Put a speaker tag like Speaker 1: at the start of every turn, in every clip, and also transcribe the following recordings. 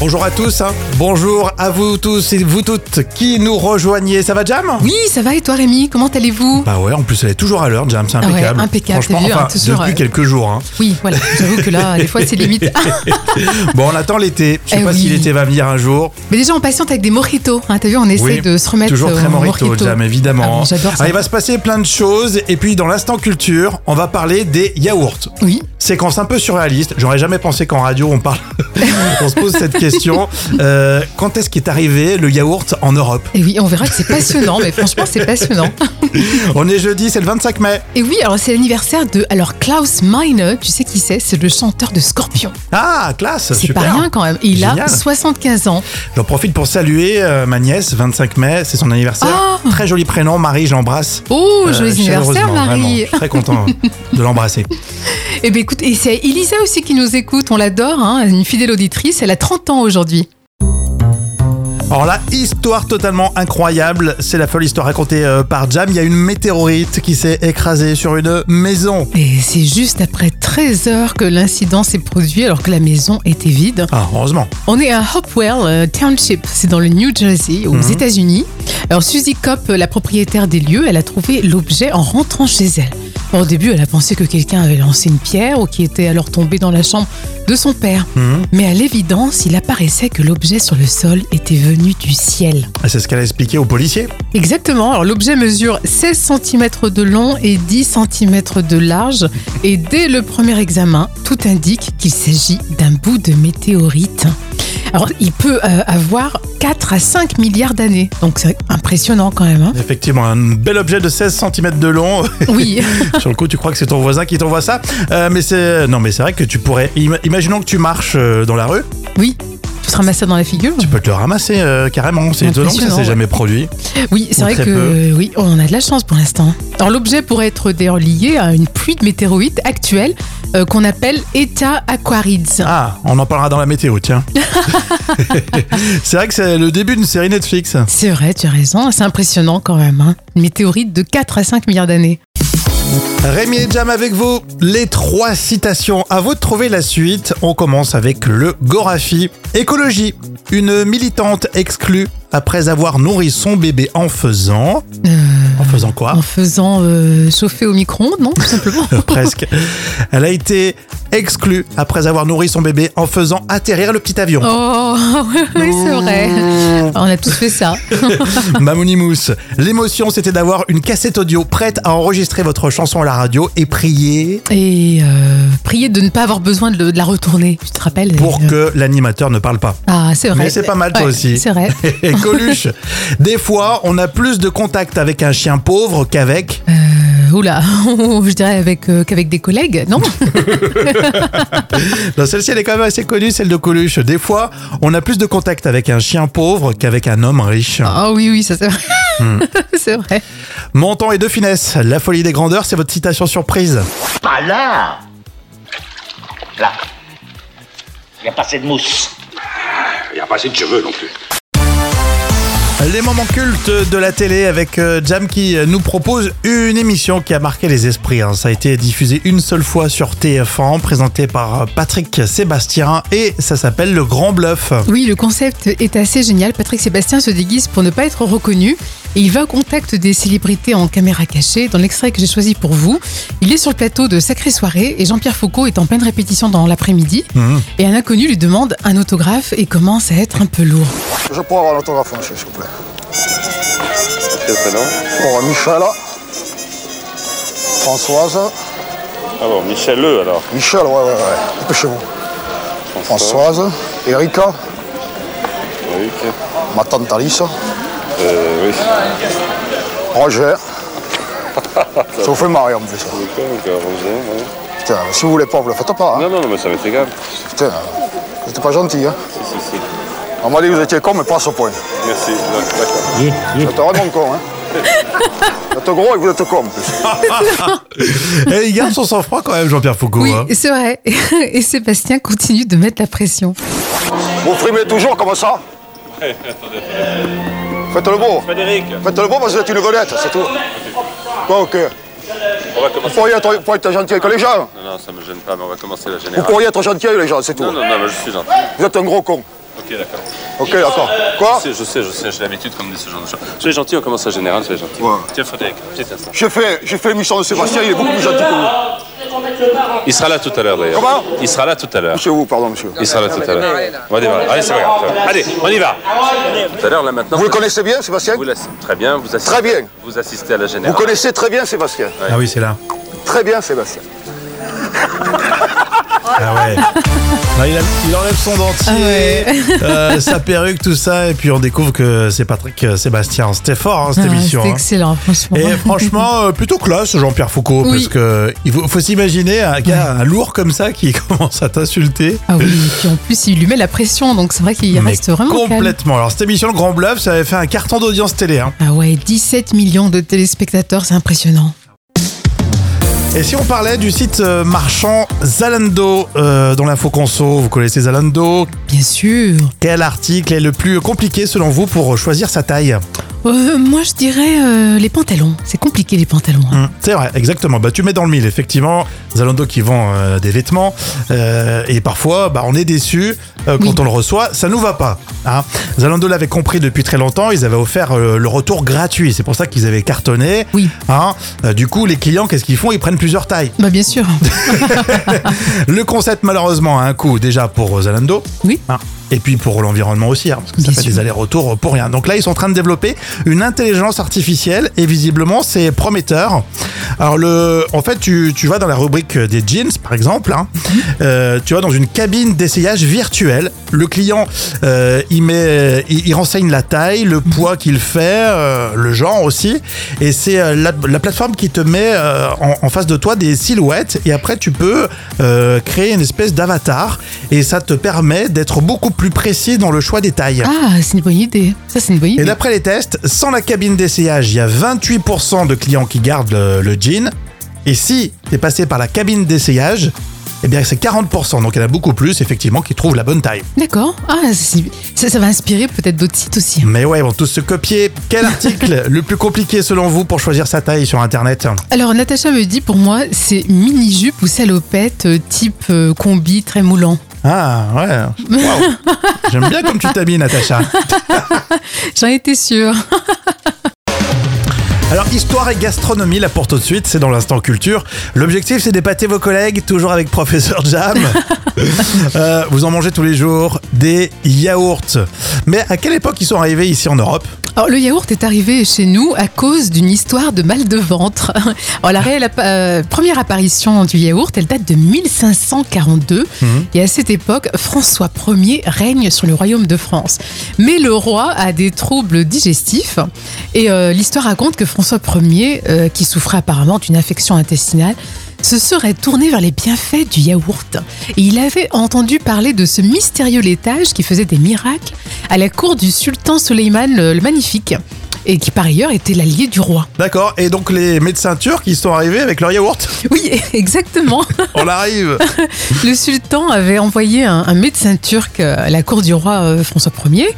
Speaker 1: bonjour à tous. hein. Bonjour à vous tous et vous toutes qui nous rejoignez. Ça va, Jam
Speaker 2: Oui, ça va et toi Rémi, comment allez-vous
Speaker 1: Bah ouais, en plus elle est toujours à l'heure, Jam, c'est
Speaker 2: Ah ouais,
Speaker 1: impeccable.
Speaker 2: impeccable,
Speaker 1: Franchement,
Speaker 2: t'as vu, hein,
Speaker 1: enfin,
Speaker 2: toujours,
Speaker 1: depuis
Speaker 2: euh,
Speaker 1: quelques jours. hein.
Speaker 2: Oui, voilà, j'avoue que là, des fois c'est limite. Ah,
Speaker 1: Bon, on attend l'été. Je sais
Speaker 2: Eh
Speaker 1: pas si
Speaker 2: oui.
Speaker 1: l'été va venir un jour.
Speaker 2: Mais déjà on patiente avec des mojitos, hein, t'as vu, on essaye
Speaker 1: Oui,
Speaker 2: de se remettre
Speaker 1: Toujours
Speaker 2: euh,
Speaker 1: très
Speaker 2: en
Speaker 1: morito, Jam,
Speaker 2: Ah
Speaker 1: évidemment.
Speaker 2: bon, J'adore ça.
Speaker 1: Ah, il va se passer plein de choses. Et puis, dans l'instant culture, on va parler des yaourts.
Speaker 2: Oui,
Speaker 1: Séquence un peu surréaliste. J'aurais jamais pensé qu'en radio on parle, on se pose cette question. Euh, quand est-ce qu'est arrivé le yaourt en Europe
Speaker 2: et oui, on verra que c'est passionnant, mais franchement c'est passionnant.
Speaker 1: On est jeudi, c'est le 25 mai.
Speaker 2: Et oui, alors c'est l'anniversaire de alors Klaus Meine, tu sais qui c'est, c'est le chanteur de Scorpion.
Speaker 1: Ah, classe,
Speaker 2: C'est pas
Speaker 1: super.
Speaker 2: rien quand même. Il a
Speaker 1: Génial.
Speaker 2: 75 ans.
Speaker 1: J'en profite pour saluer euh, ma nièce, 25 mai, c'est son anniversaire.
Speaker 2: Ah
Speaker 1: Très joli prénom, Marie, je l'embrasse.
Speaker 2: Oh,
Speaker 1: Euh,
Speaker 2: joyeux anniversaire
Speaker 1: chaleureusement, vraiment.
Speaker 2: Marie.
Speaker 1: Je suis très content euh, de l'embrasser.
Speaker 2: Eh bien écoute, et c'est Elisa aussi qui nous écoute, on l'adore, hein, une fidèle auditrice, elle a 30 ans aujourd'hui.
Speaker 1: Alors là, histoire totalement incroyable, c'est la folle histoire racontée euh, par Jam. Il y a une météorite qui s'est écrasée sur une maison.
Speaker 2: Et c'est juste après 13 heures que l'incident s'est produit alors que la maison était vide.
Speaker 1: Ah, heureusement.
Speaker 2: On est à Hopewell euh, Township, c'est dans le New Jersey, aux
Speaker 1: Mhm.
Speaker 2: États-Unis. Alors Suzy Copp, euh, la propriétaire des lieux, elle a trouvé l'objet en rentrant chez elle. Bon, au début, elle a pensé que quelqu'un avait lancé une pierre ou qui était alors tombé dans la chambre de son père.
Speaker 1: Mhm.
Speaker 2: Mais à l'évidence, il apparaissait que l'objet sur le sol était venu du ciel.
Speaker 1: Et C'est ce qu'elle a expliqué aux policiers.
Speaker 2: Exactement, alors l'objet mesure 16 cm de long et 10 cm de large et dès le premier examen, tout indique qu'il s'agit d'un bout de météorite. Alors il peut euh, avoir 4 à 5 milliards d'années, donc c'est impressionnant quand même. hein.
Speaker 1: Effectivement, un bel objet de 16 cm de long.
Speaker 2: oui,
Speaker 1: Sur le coup, tu crois que c'est ton voisin qui t'envoie ça. Euh, mais c'est non, mais c'est vrai que tu pourrais. im- Imaginons que tu marches euh, dans la rue,
Speaker 2: oui, tu te ramasses ça dans la figure
Speaker 1: tu peux te le ramasser euh, carrément. C'est étonnant que ça
Speaker 2: Impressionnant,
Speaker 1: s'est
Speaker 2: ouais.
Speaker 1: jamais produit.
Speaker 2: Oui, c'est
Speaker 1: Ou
Speaker 2: vrai que
Speaker 1: très peu.
Speaker 2: oui, on a de la chance pour l'instant. Alors l'objet pourrait être d'ailleurs lié à une pluie de météorites actuelle euh, qu'on appelle Eta Aquarids.
Speaker 1: Ah, on en parlera dans la météo, tiens. c'est vrai que c'est le début d'une série Netflix.
Speaker 2: C'est vrai, tu as raison, c'est impressionnant quand même. hein. Une météorite de 4 à 5 milliards d'années.
Speaker 1: Rémi et Jam avec vous. Les trois citations. À vous de trouver la suite. On commence avec le Gorafi. Écologie. Une militante exclue après avoir nourri son bébé en faisant. En faisant quoi
Speaker 2: En faisant euh, chauffer au micro-ondes, non Tout simplement.
Speaker 1: presque. Elle a été exclue après avoir nourri son bébé en faisant atterrir le petit avion.
Speaker 2: oh, oui, c'est vrai. On a tous fait ça.
Speaker 1: Mamouni Mousse, l'émotion c'était d'avoir une cassette audio prête à enregistrer votre chanson à la radio et prier
Speaker 2: Et euh, prier de ne pas avoir besoin de, le- de la retourner, tu te rappelles
Speaker 1: pour
Speaker 2: euh,
Speaker 1: que l'animateur ne parle pas.
Speaker 2: Ah, c'est vrai.
Speaker 1: Mais c'est pas mal, toi
Speaker 2: Ouais,
Speaker 1: aussi.
Speaker 2: C'est vrai.
Speaker 1: Et Coluche, des fois on a plus de contact avec un chien pauvre qu'avec...
Speaker 2: Euh, oula, je dirais avec, euh, qu'avec des collègues, non
Speaker 1: Non, Celle-ci elle est quand même assez connue, celle de Coluche. Des fois on a plus de contact avec un chien pauvre qu'avec un homme riche.
Speaker 2: Ah oui, oui, ça c'est vrai.
Speaker 1: Hmm.
Speaker 2: c'est vrai.
Speaker 1: Montant et de finesse, la folie des grandeurs, c'est votre citation surprise.
Speaker 3: Pas là Là. Il n'y a pas assez de mousse.
Speaker 4: Il n'y a pas assez de cheveux non plus.
Speaker 1: Les moments cultes de la télé avec euh, Jam qui euh, nous propose une émission qui a marqué les esprits. hein. Ça a été diffusé une seule fois sur TF1, présenté par euh, Patrick Sébastien et ça s'appelle Le Grand Bluff.
Speaker 2: Oui, le concept est assez génial. Patrick Sébastien se déguise pour ne pas être reconnu et il va au contact des célébrités en caméra cachée. Dans l'extrait que j'ai choisi pour vous, il est sur le plateau de Sacrée Soirée et Jean-Pierre Foucault est en pleine répétition dans l'après-midi
Speaker 1: Mhm.
Speaker 2: et un inconnu lui demande un autographe et commence à être un peu lourd.
Speaker 5: Je pourrais avoir l'autographe, monsieur, s'il vous plaît.
Speaker 4: Quel prénom
Speaker 5: Pour euh, Michel, Françoise,
Speaker 4: Alors, Michel Le, Ah alors.
Speaker 5: Michel, ouais, ouais, ouais, dépêchez-vous. Françoise, Erika,
Speaker 4: Oui, ok.
Speaker 5: ma tante Alice,
Speaker 4: Euh, oui.
Speaker 5: Roger. Ça vous fait marrer en plus.
Speaker 4: Ok, ok, Roger, ouais.
Speaker 5: Putain, si vous voulez pas, vous le faites pas. Hein.
Speaker 4: Non, non, non, mais ça m'est égal.
Speaker 5: Putain, vous êtes pas gentil. Hein.
Speaker 4: Si, si, si.
Speaker 5: On m'a dit que vous étiez con, mais pas à ce point.
Speaker 4: Merci. D'accord.
Speaker 5: Vous êtes vraiment con. Hein. Vous êtes gros et vous êtes con en plus.
Speaker 1: et il garde son sang-froid quand même, Jean-Pierre Foucault.
Speaker 2: oui,
Speaker 1: hein.
Speaker 2: c'est vrai. Et Sébastien continue de mettre la pression.
Speaker 5: Vous frimez toujours comme ça Faites le beau.
Speaker 4: Frédéric,
Speaker 5: Faites le beau parce que vous êtes une vedette, c'est tout. Donc, euh,
Speaker 4: on va
Speaker 5: vous
Speaker 4: commencer.
Speaker 5: pourriez être, vous pourriez être gentil avec les gens.
Speaker 4: Non, non, ça me gêne pas, mais on va commencer la
Speaker 5: Vous
Speaker 4: générale.
Speaker 5: pourriez être gentil avec les gens, c'est tout.
Speaker 4: Non, non, non, mais je suis gentil.
Speaker 5: Vous êtes un gros con.
Speaker 4: Ok, d'accord.
Speaker 5: Ok, d'accord. Quoi
Speaker 4: Je sais, je sais, je sais, j'ai l'habitude qu'on me dise ce genre de choses. Soyez gentil, on commence à général, soyez gentil.
Speaker 5: Ouais.
Speaker 4: Tiens, Frédéric, petit instant.
Speaker 5: J'ai fait, j'ai fait l'émission de Sébastien, il est beaucoup plus gentil que vous.
Speaker 4: Il sera là tout à l'heure, d'ailleurs.
Speaker 5: Comment
Speaker 4: Il sera là tout à l'heure.
Speaker 5: Chez vous, pardon, monsieur.
Speaker 4: Il sera là tout à l'heure. On va démarrer. Allez, c'est pas grave. Allez, on y va. Tout à l'heure, là maintenant.
Speaker 5: Vous le connaissez bien, Sébastien
Speaker 4: vous l'ass- Très bien, vous assistez,
Speaker 5: Très bien.
Speaker 4: Vous assistez à la
Speaker 5: Vous
Speaker 4: générale.
Speaker 5: connaissez très bien Sébastien.
Speaker 1: Ah oui, c'est là.
Speaker 5: Très bien, Sébastien.
Speaker 1: Ah ouais. Non, il, a- il enlève son dentier,
Speaker 2: Ah
Speaker 1: euh, sa perruque, tout ça, et puis on découvre que c'est Patrick euh, Sébastien. C'était fort hein, cette
Speaker 2: Ah,
Speaker 1: émission.
Speaker 2: C'est
Speaker 1: hein.
Speaker 2: excellent, franchement.
Speaker 1: Et franchement, euh, plutôt classe Jean-Pierre Foucault,
Speaker 2: Oui.
Speaker 1: parce que il faut, faut s'imaginer un gars, un lourd comme ça, qui commence à t'insulter.
Speaker 2: Ah oui, et puis en plus, il lui met la pression, donc c'est vrai qu'il
Speaker 1: Mais
Speaker 2: reste vraiment calme.
Speaker 1: Complètement. Alors cette émission, le Grand Bluff, ça avait fait un carton d'audience télé. hein.
Speaker 2: Ah ouais, 17 millions de téléspectateurs, c'est impressionnant.
Speaker 1: Et si on parlait du site euh, marchand Zalando euh, dans l'info conso, vous connaissez Zalando
Speaker 2: Bien sûr.
Speaker 1: Quel article est le plus compliqué selon vous pour choisir sa taille
Speaker 2: Euh, moi, je dirais euh, les pantalons. C'est compliqué, les pantalons. hein.
Speaker 1: Hum, C'est vrai, exactement. Bah, tu mets dans le mille, effectivement. Zalando qui vend euh, des vêtements. euh, et parfois, bah, on est déçu euh, quand
Speaker 2: Oui.
Speaker 1: on le reçoit. Ça nous va pas. hein. Zalando l'avait compris depuis très longtemps. Ils avaient offert euh, le retour gratuit. C'est pour ça qu'ils avaient cartonné.
Speaker 2: Oui.
Speaker 1: hein. Euh, du coup, les clients, qu'est-ce qu'ils font Ils prennent plusieurs tailles.
Speaker 2: Bah, bien sûr.
Speaker 1: Le concept, malheureusement, a un coût déjà pour euh, Zalando.
Speaker 2: Oui.
Speaker 1: hein, et puis pour l'environnement aussi, hein, parce que ça
Speaker 2: Bien
Speaker 1: fait
Speaker 2: sûr.
Speaker 1: des allers-retours pour rien. Donc là, ils sont en train de développer une intelligence artificielle et visiblement, c'est prometteur. Alors, le, en fait, tu, tu vas dans la rubrique des jeans, par exemple, hein, euh, tu vas dans une cabine d'essayage virtuelle. Le client, euh, il, met, il, il renseigne la taille, le poids qu'il fait, euh, le genre aussi. Et c'est euh, la, la plateforme qui te met euh, en, en face de toi des silhouettes. Et après, tu peux euh, créer une espèce d'avatar. Et ça te permet d'être beaucoup plus précis dans le choix des tailles.
Speaker 2: Ah, c'est une bonne idée. Ça, c'est une bonne idée.
Speaker 1: Et d'après les tests, sans la cabine d'essayage, il y a 28% de clients qui gardent le, le jean. Et si t'es passé par la cabine d'essayage, eh bien c'est 40%. Donc il y en a beaucoup plus, effectivement, qui trouvent la bonne taille.
Speaker 2: D'accord. Ah, c'est- ça, ça va inspirer peut-être d'autres sites aussi. hein.
Speaker 1: Mais ouais, ils vont tous se copier. Quel article le plus compliqué selon vous pour choisir sa taille sur Internet
Speaker 2: Alors, Natacha me dit, pour moi, c'est mini-jupe ou salopette euh, type euh, combi très moulant.
Speaker 1: Ah ouais. Waouh. J'aime bien comme tu t'habilles, Natacha.
Speaker 2: J'en étais sûre.
Speaker 1: Alors, histoire et gastronomie, là pour tout de suite, c'est dans l'instant culture. L'objectif, c'est d'épater vos collègues, toujours avec Professeur Jam. Euh, vous en mangez tous les jours, des yaourts. Mais à quelle époque ils sont arrivés ici en Europe
Speaker 2: Alors, le yaourt est arrivé chez nous à cause d'une histoire de mal de ventre. Alors, la réelle appa- euh, première apparition du yaourt, elle date de 1542. Et à cette époque, François Ier règne sur le royaume de France. Mais le roi a des troubles digestifs. Et euh, l'histoire raconte que François Ier, euh, qui souffrait apparemment d'une infection intestinale, se serait tourné vers les bienfaits du yaourt. Et il avait entendu parler de ce mystérieux laitage qui faisait des miracles à la cour du sultan Soleiman le, le Magnifique, et qui par ailleurs était l'allié du roi.
Speaker 1: D'accord, et donc les médecins turcs, ils sont arrivés avec leur yaourt.
Speaker 2: Oui, exactement.
Speaker 1: On arrive
Speaker 2: Le sultan avait envoyé un, un médecin turc euh, à la cour du roi euh, François Ier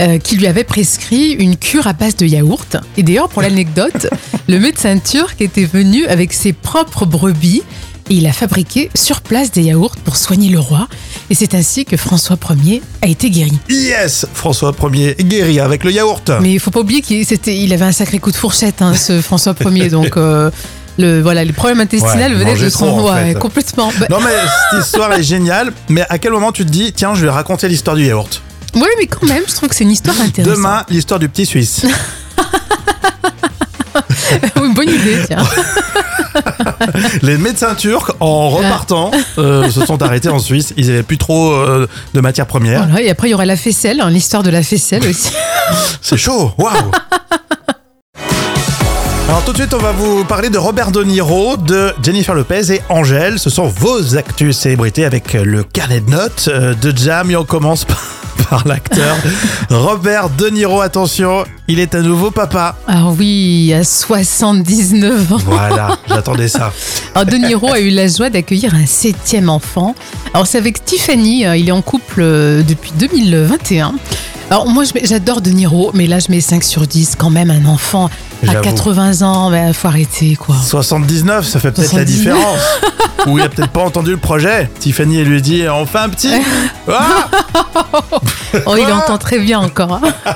Speaker 2: euh, qui lui avait prescrit une cure à base de yaourt. Et d'ailleurs, pour l'anecdote, le médecin turc était venu avec ses propres brebis et il a fabriqué sur place des yaourts pour soigner le roi. Et c'est ainsi que François Ier a été guéri.
Speaker 1: Yes François 1er guéri avec le yaourt.
Speaker 2: Mais il faut pas oublier qu'il c'était- il avait un sacré coup de fourchette, hein, ce François Ier. Donc euh, le, voilà, le problème intestinal
Speaker 1: Ouais,
Speaker 2: venait
Speaker 1: manger
Speaker 2: de
Speaker 1: trop,
Speaker 2: son
Speaker 1: en
Speaker 2: roi,
Speaker 1: fait.
Speaker 2: complètement. Bah,
Speaker 1: Non mais cette histoire est géniale, mais à quel moment tu te dis, tiens, je vais raconter l'histoire du yaourt
Speaker 2: ouais, mais quand même, je trouve que c'est une histoire intéressante.
Speaker 1: Demain, l'histoire du petit Suisse.
Speaker 2: Oui, bonne idée, tiens.
Speaker 1: Les médecins turcs, en repartant, euh, se sont arrêtés en Suisse. Ils n'avaient plus trop euh, de matières premières.
Speaker 2: Voilà, et après, il y aura la faisselle, hein, l'histoire de la faisselle aussi.
Speaker 1: C'est chaud, waouh Alors tout de suite, on va vous parler de Robert De Niro, de Jennifer Lopez et Angèle. Ce sont vos actus célébrités avec le carnet de notes euh, de Jam. Et on commence par, par l'acteur Robert De Niro. Attention, il est à nouveau papa.
Speaker 2: Ah oui, à 79 ans.
Speaker 1: Voilà, j'attendais ça.
Speaker 2: Alors, De Niro a eu la joie d'accueillir un septième enfant. Alors, c'est avec Tiffany, euh, il est en couple euh, depuis 2021. Alors, moi, je mets- j'adore De Niro, mais là, je mets 5 sur 10 quand même, un enfant à
Speaker 1: J'avoue.
Speaker 2: 80 ans, il faut arrêter, quoi.
Speaker 1: 79, ça fait peut-être la
Speaker 2: 79.
Speaker 1: différence. Ou il a peut-être pas entendu le projet. Tiffany, elle lui dit On fait un petit Ah
Speaker 2: Oh, il entend très bien encore. hein.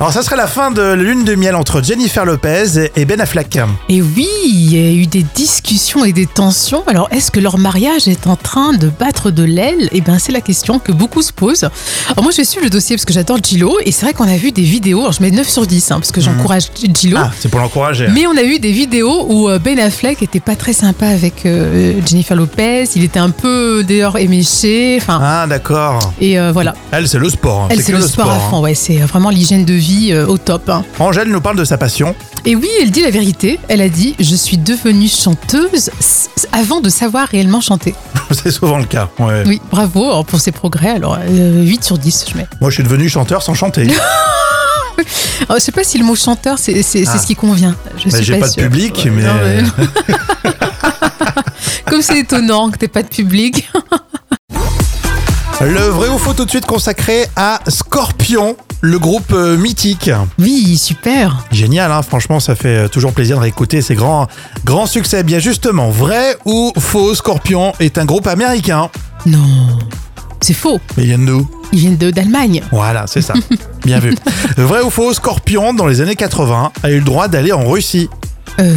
Speaker 1: Alors, ça serait la fin de Lune de miel entre Jennifer Lopez et Ben Affleck.
Speaker 2: Et oui, il y a eu des discussions et des tensions. Alors, est-ce que leur mariage est en train de battre de l'aile Eh bien, c'est la question que beaucoup se posent. Alors, moi, je vais suivre le dossier parce que j'adore Gillo. Et c'est vrai qu'on a vu des vidéos. Alors, je mets 9 sur 10 hein, parce que j'encourage Gillo.
Speaker 1: Mhm. Ah, c'est pour l'encourager.
Speaker 2: Mais on a eu des vidéos où euh, Ben Affleck était pas très sympa avec euh, Jennifer Lopez. Il était un peu d'ailleurs éméché. Enfin,
Speaker 1: Ah, d'accord.
Speaker 2: et euh, voilà.
Speaker 1: Elle, c'est le sport. hein.
Speaker 2: Elle, c'est
Speaker 1: que
Speaker 2: le sport, à
Speaker 1: hein.
Speaker 2: fond. Ouais, c'est euh, vraiment l'hygiène de vie euh, au top. hein.
Speaker 1: Angèle nous parle de sa passion.
Speaker 2: Et oui, elle dit la vérité. Elle a dit Je suis devenue chanteuse s- s- avant de savoir réellement chanter.
Speaker 1: c'est souvent le cas. ouais.
Speaker 2: Oui, bravo alors, pour ses progrès. Alors, euh, 8 sur 10, je mets.
Speaker 1: Moi, je suis devenu chanteur sans chanter.
Speaker 2: Alors, Oh, je sais pas si le mot chanteur, c'est c'est- c'est
Speaker 1: Ah.
Speaker 2: ce qui convient. Je
Speaker 1: Mais
Speaker 2: suis
Speaker 1: J'ai pas, de
Speaker 2: sûre.
Speaker 1: public, mais. euh.
Speaker 2: Non, mais- Comme c'est étonnant que t'aies pas de public.
Speaker 1: Le vrai ou faux tout de suite consacré à Scorpion, le groupe euh, mythique.
Speaker 2: Oui, super.
Speaker 1: Génial, hein, franchement, ça fait euh, toujours plaisir de réécouter ces grands, grands succès. Bien justement, vrai ou faux, Scorpion est un groupe américain.
Speaker 2: Non, c'est faux.
Speaker 1: Mais il vient de nous.
Speaker 2: Ils viennent de- d'Allemagne.
Speaker 1: Voilà, c'est ça. Bien vu. Vrai ou faux, Scorpion, dans les années 80, a eu le droit d'aller en Russie.
Speaker 2: Euh,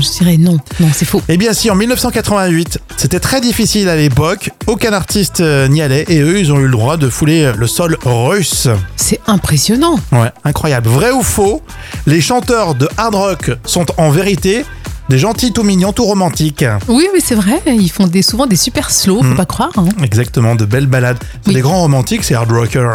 Speaker 2: je dirais non. Non, c'est faux.
Speaker 1: Eh bien si, en 1988, c'était très difficile à l'époque, aucun artiste euh, n'y allait et eux, ils ont eu le droit de fouler euh, le sol russe.
Speaker 2: C'est impressionnant.
Speaker 1: Ouais, incroyable. Vrai ou faux, les chanteurs de hard rock sont en vérité des gentils tout mignons, tout romantiques.
Speaker 2: Oui, mais c'est vrai. Ils font des, souvent des super slow,
Speaker 1: Hmm.
Speaker 2: faut pas croire. hein.
Speaker 1: Exactement, de belles balades. C'est
Speaker 2: Oui.
Speaker 1: Des grands romantiques, c'est hard rocker.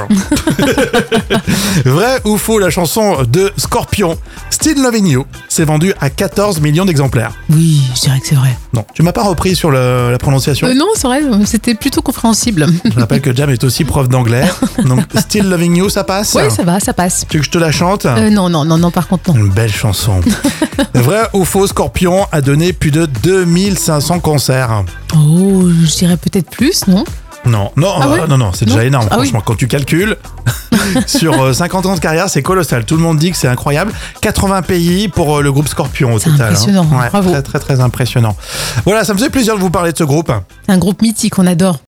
Speaker 1: Vrai ou faux, la chanson de Scorpion, Still Loving You, s'est vendue à 14 millions d'exemplaires.
Speaker 2: Oui, je dirais que c'est vrai.
Speaker 1: Non, tu m'as pas repris sur le- la prononciation.
Speaker 2: Euh, non, c'est vrai, c'était plutôt compréhensible.
Speaker 1: Je rappelle que Jam est aussi prof d'anglais. Donc, Still Loving You, ça passe
Speaker 2: Oui, ça va, ça passe.
Speaker 1: Tu veux que je te la chante
Speaker 2: Euh, non, non, non, non, par contre, non.
Speaker 1: Une belle chanson. Vrai ou faux, Scorpion a donné plus de 2500 concerts.
Speaker 2: Oh, je dirais peut-être plus, non
Speaker 1: Non, non,
Speaker 2: Ah
Speaker 1: euh,
Speaker 2: ouais
Speaker 1: non, non, c'est
Speaker 2: Non
Speaker 1: déjà énorme.
Speaker 2: Ah oui.
Speaker 1: franchement, quand tu calcules, sur euh, 50 ans de carrière, c'est colossal. Tout le monde dit que c'est incroyable. 80 pays pour euh, le groupe Scorpion au
Speaker 2: C'est
Speaker 1: total. hein.
Speaker 2: impressionnant,
Speaker 1: Ouais,
Speaker 2: bravo.
Speaker 1: Très, très, très impressionnant. Voilà, ça me faisait plaisir de vous parler de ce groupe.
Speaker 2: C'est un groupe mythique, on adore.